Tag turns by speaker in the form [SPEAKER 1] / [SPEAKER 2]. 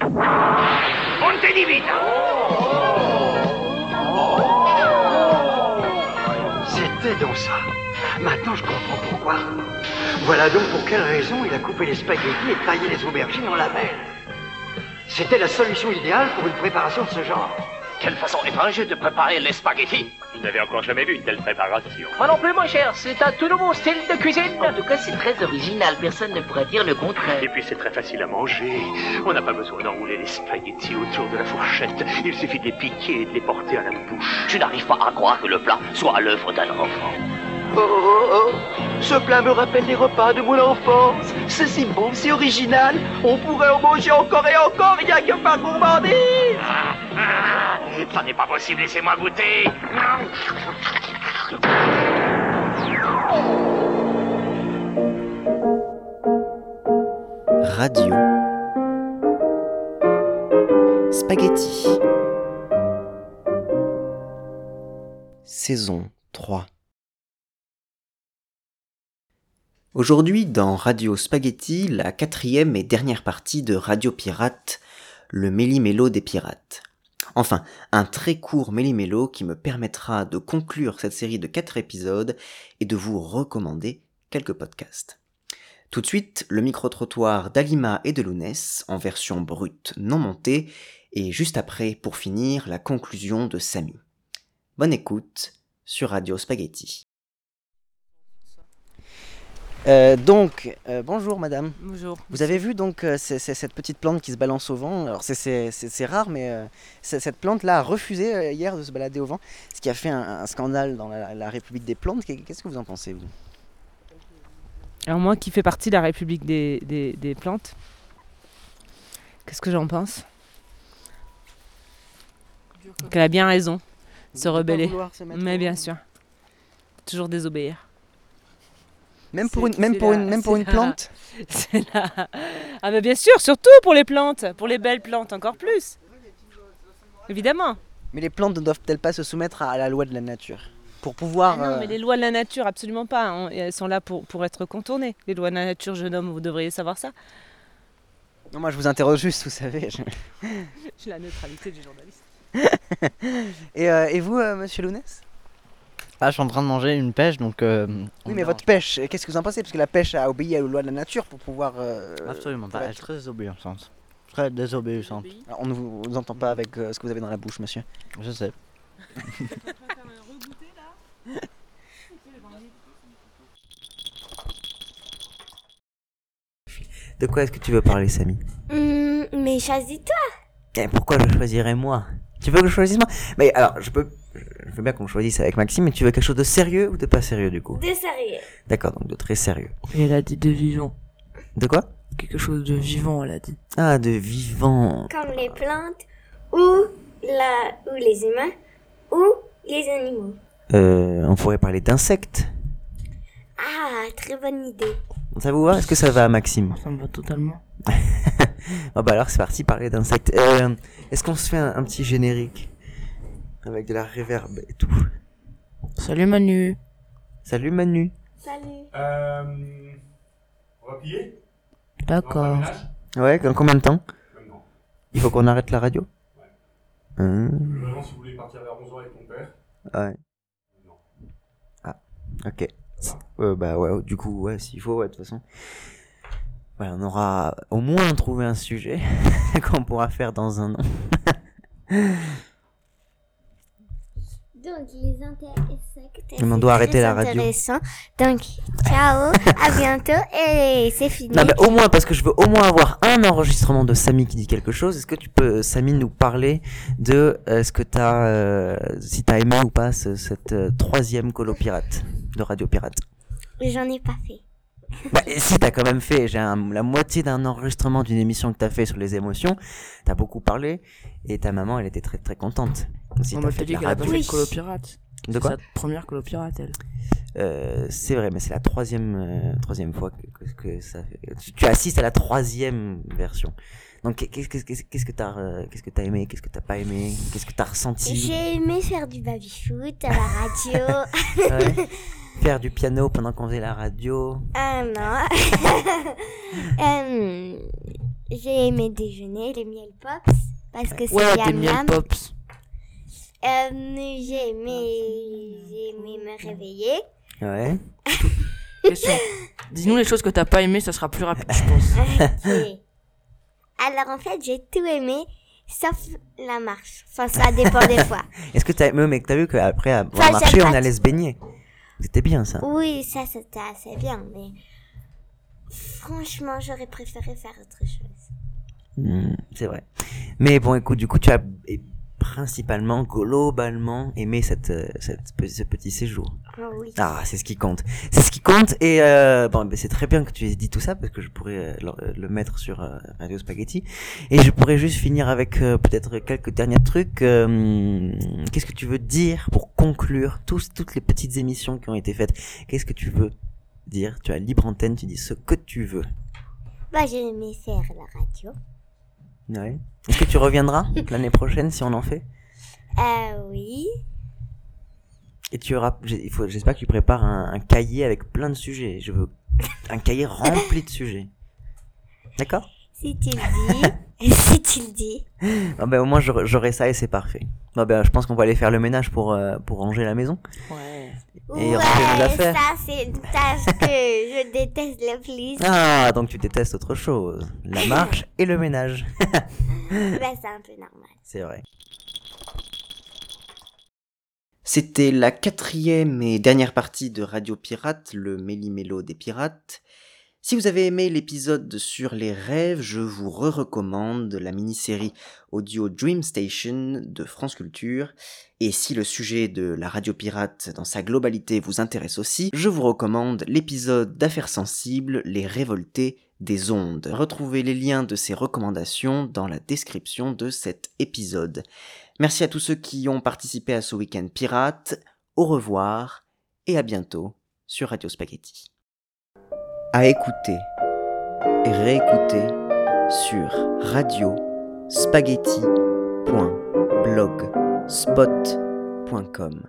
[SPEAKER 1] hein.
[SPEAKER 2] C'était donc ça. Maintenant, je comprends pourquoi. Voilà donc pour quelle raison il a coupé les spaghettis et taillé les aubergines en lamelles. C'était la solution idéale pour une préparation de ce genre.
[SPEAKER 3] Quelle façon étrange de préparer les spaghettis
[SPEAKER 1] Vous n'avez encore jamais vu une telle préparation.
[SPEAKER 4] Moi non plus, mon cher, c'est un tout nouveau style de cuisine.
[SPEAKER 5] En tout cas, c'est très original. Personne ne pourra dire le contraire.
[SPEAKER 1] Et puis c'est très facile à manger. On n'a pas besoin d'enrouler les spaghettis autour de la fourchette. Il suffit de les piquer et de les porter à la bouche.
[SPEAKER 3] Je n'arrive pas à croire que le plat soit l'œuvre d'un enfant.
[SPEAKER 2] Oh, oh, oh Ce plat me rappelle les repas de mon enfance. C'est si bon, c'est original. On pourrait en manger encore et encore, rien que par gourmandise.
[SPEAKER 3] Ah, ah, ça n'est pas possible, laissez-moi goûter.
[SPEAKER 6] Radio. Spaghetti. Saison 3. Aujourd'hui, dans Radio Spaghetti, la quatrième et dernière partie de Radio Pirate, le méli-mélo des pirates. Enfin, un très court méli-mélo qui me permettra de conclure cette série de quatre épisodes et de vous recommander quelques podcasts. Tout de suite, le micro-trottoir d'Alima et de Lounès en version brute non montée et juste après, pour finir, la conclusion de Samy. Bonne écoute sur Radio Spaghetti. Euh, donc, euh, bonjour madame.
[SPEAKER 7] Bonjour.
[SPEAKER 6] Vous avez vu donc euh, c'est- c'est cette petite plante qui se balance au vent. Alors c'est- c'est c'est- c'est rare, mais euh, c'est- cette plante-là a refusé euh, hier de se balader au vent, ce qui a fait un, un scandale dans la, la République des plantes. Qu'est- Qu'est-ce que vous en pensez vous
[SPEAKER 7] Alors moi qui fais partie de la République des, des- des plantes, qu'est-ce que j'en pense Qu'elle a bien raison de se rebeller. Mais bien sûr. Toujours désobéir.
[SPEAKER 6] Même
[SPEAKER 7] C'est-
[SPEAKER 6] pour une, même
[SPEAKER 7] c'est
[SPEAKER 6] pour
[SPEAKER 7] la-
[SPEAKER 6] une, même pour
[SPEAKER 7] c'est
[SPEAKER 6] une
[SPEAKER 7] la-
[SPEAKER 6] plante.
[SPEAKER 7] C'est là. Ah bah bien sûr, surtout pour les plantes, pour les belles plantes encore plus. Évidemment.
[SPEAKER 6] Mais les plantes ne doivent-elles pas se soumettre à, à la loi de la nature pour pouvoir
[SPEAKER 7] Ah non,
[SPEAKER 6] euh,
[SPEAKER 7] mais les lois de la nature, absolument pas. On- elles sont là pour, pour être contournées. Les lois de la nature, jeune homme, vous devriez savoir ça.
[SPEAKER 6] non, moi je vous interroge juste, vous savez. je-
[SPEAKER 7] J'ai la neutralité du journaliste.
[SPEAKER 6] Et, euh, et vous, euh, Monsieur Lounès
[SPEAKER 8] Ah, je suis en train de manger une pêche, donc. euh,
[SPEAKER 6] Oui,
[SPEAKER 7] Oh
[SPEAKER 8] on
[SPEAKER 6] mais
[SPEAKER 8] verra.
[SPEAKER 6] votre pêche, euh, qu'est-ce que vous en pensez Parce que la pêche a obéi aux lois de la nature pour pouvoir. euh,
[SPEAKER 8] Absolument
[SPEAKER 6] pour
[SPEAKER 8] pas. Elle est
[SPEAKER 6] être-
[SPEAKER 8] très désobéissante. Très désobéissante.
[SPEAKER 6] Alors, on ne vous, vous entend pas avec euh, ce que vous avez dans la bouche, monsieur.
[SPEAKER 8] Je sais.
[SPEAKER 9] De quoi est-ce que tu veux parler, Samy
[SPEAKER 10] Hum, mais choisis-toi.
[SPEAKER 9] Eh, Pourquoi je choisirais moi Tu veux que je choisisse moi Mais alors, je peux. Je veux bien qu'on choisisse avec Maxime, mais tu veux quelque chose de sérieux ou de pas sérieux du coup
[SPEAKER 10] De sérieux.
[SPEAKER 9] D'accord, donc de très sérieux.
[SPEAKER 11] Elle a dit de vivant.
[SPEAKER 9] De quoi
[SPEAKER 11] Quelque chose de vivant, elle a dit.
[SPEAKER 9] Ah, de vivant.
[SPEAKER 10] Comme les plantes, ou, la, ou les humains, ou les animaux.
[SPEAKER 9] Euh, on pourrait parler d'insectes.
[SPEAKER 10] Ah, très bonne idée.
[SPEAKER 9] Ça vous va Est-ce que ça va, Maxime
[SPEAKER 11] Ça me va totalement.
[SPEAKER 9] Ah bah alors, c'est parti, parler d'insectes. Euh, est-ce qu'on se fait un, un petit générique Avec de la réverb et tout.
[SPEAKER 11] Salut Manu.
[SPEAKER 9] Salut Manu.
[SPEAKER 10] Salut.
[SPEAKER 12] Euh. On va plier
[SPEAKER 11] D'accord.
[SPEAKER 9] Ouais, dans combien de temps Il faut qu'on arrête la radio Hum,
[SPEAKER 12] Vraiment, si vous voulez partir vers 11h avec mon père.
[SPEAKER 9] Ouais. Ah, ok. Euh, bah ouais, du coup, ouais, s'il faut, ouais, de toute façon. Voilà, on aura au moins trouvé un sujet qu'on pourra faire dans un an.
[SPEAKER 10] Donc, les insectes.
[SPEAKER 9] Mais on doit
[SPEAKER 10] c'est
[SPEAKER 9] arrêter
[SPEAKER 10] très
[SPEAKER 9] la radio.
[SPEAKER 10] intéressant. Donc, ciao, à bientôt et c'est fini.
[SPEAKER 9] non, mais au moins, parce que je veux au moins avoir un enregistrement de Samy qui dit quelque chose. Est-ce que tu peux, euh, Samy, nous parler de euh, ce que t'as, euh, si t'as aimé ou pas ce- cette euh, troisième colo pirate de Radio Pirate
[SPEAKER 10] J'en ai pas fait.
[SPEAKER 9] Bah, et si, t'as quand même fait. J'ai un- la moitié d'un enregistrement d'une émission que t'as fait sur les émotions. T'as beaucoup parlé. Et ta maman, elle était très très contente. Si
[SPEAKER 11] On
[SPEAKER 9] t'as
[SPEAKER 11] m'a
[SPEAKER 9] fait
[SPEAKER 11] fait
[SPEAKER 9] de
[SPEAKER 11] dit
[SPEAKER 9] la
[SPEAKER 11] qu'elle a pas
[SPEAKER 9] radio.
[SPEAKER 11] fait de colopirate.
[SPEAKER 9] De
[SPEAKER 11] C'est
[SPEAKER 9] quoi
[SPEAKER 11] sa première colopirate, elle.
[SPEAKER 9] Euh, C'est vrai, mais c'est la troisième, euh, troisième fois que, que- que ça fait. Tu, tu assistes à la troisième version. Donc, qu'est-ce que qu'est-ce qu'est-ce que t'as euh, qu'est-ce que t'as aimé, qu'est-ce que t'as pas aimé, qu'est-ce que t'as ressenti
[SPEAKER 10] J'ai aimé faire du baby-foot à la radio.
[SPEAKER 9] Ouais. Faire du piano pendant qu'on faisait la radio.
[SPEAKER 10] Ah Hum, non. Euh, J'ai aimé déjeuner, les miel pops.
[SPEAKER 13] parce que c'est
[SPEAKER 11] Ouais,
[SPEAKER 13] Yam
[SPEAKER 11] t'aimes bien
[SPEAKER 13] Yam.
[SPEAKER 11] le Pops.
[SPEAKER 13] Euh, j'ai aimé, j'ai aimé me réveiller.
[SPEAKER 9] Ouais.
[SPEAKER 11] Question. Dis-nous les choses que t'as pas aimé, ça sera plus rapide, je pense.
[SPEAKER 13] Ok. Alors en fait, j'ai tout aimé, sauf la marche. Enfin, ça dépend des fois.
[SPEAKER 9] Est-ce que t'as, mais, mais t'as vu qu'après
[SPEAKER 13] Enfin,
[SPEAKER 9] avoir
[SPEAKER 13] j'aime
[SPEAKER 9] marché,
[SPEAKER 13] pas
[SPEAKER 9] on
[SPEAKER 13] tout.
[SPEAKER 9] allait se baigner. C'était bien ça.
[SPEAKER 13] Oui, ça c'était assez bien, mais franchement, j'aurais préféré faire autre chose.
[SPEAKER 9] Hmm, c'est vrai. Mais bon, écoute, du coup, tu as eh, principalement, globalement, aimé cette, euh, cette, pe- ce petit séjour.
[SPEAKER 13] Ah oui.
[SPEAKER 9] Ah, c'est ce qui compte. C'est ce qui compte. Et euh, bon, ben, c'est très bien que tu aies dit tout ça parce que je pourrais euh, le, le mettre sur euh, Radio Spaghetti. Et je pourrais juste finir avec euh, peut-être quelques derniers trucs. Euh, hmm, Qu'est-ce que tu veux dire pour conclure tous, toutes les petites émissions qui ont été faites Qu'est-ce que tu veux dire Tu as libre antenne, tu dis ce que tu veux.
[SPEAKER 13] Bah, j'ai aimé faire la radio.
[SPEAKER 9] Ouais. Est-ce que tu reviendras l'année prochaine si on en fait
[SPEAKER 13] Euh, oui.
[SPEAKER 9] Et tu auras, j'ai- il faut- j'espère que tu prépares un, un cahier avec plein de sujets. Je veux un cahier rempli de sujets. D'accord
[SPEAKER 13] Si tu le dis, si tu le dis.
[SPEAKER 9] Ah ben, Au moins j'aurai j'aurai ça et c'est parfait. Ah ben, je pense qu'on va aller faire le ménage pour, euh, pour ranger la maison.
[SPEAKER 11] Ouais.
[SPEAKER 9] Et
[SPEAKER 13] ouais,
[SPEAKER 9] ranger nos affaires.
[SPEAKER 13] ça c'est une tâche que je déteste le plus.
[SPEAKER 9] Ah, donc tu détestes autre chose. La marche et le ménage.
[SPEAKER 13] Bah, c'est un peu normal.
[SPEAKER 9] c'est vrai.
[SPEAKER 6] C'était la quatrième et dernière partie de Radio Pirate, le méli-mélo des pirates. Si vous avez aimé l'épisode sur les rêves, je vous recommande la mini-série audio Dream Station de France Culture. Et si le sujet de la radio pirate dans sa globalité vous intéresse aussi, je vous recommande l'épisode d'affaires sensibles, les révoltés des ondes. Retrouvez les liens de ces recommandations dans la description de cet épisode. Merci à tous ceux qui ont participé à ce week-end pirate. Au revoir et à bientôt sur Radio Spaghetti. À écouter et réécouter sur radio spaghetti.blogspot.com.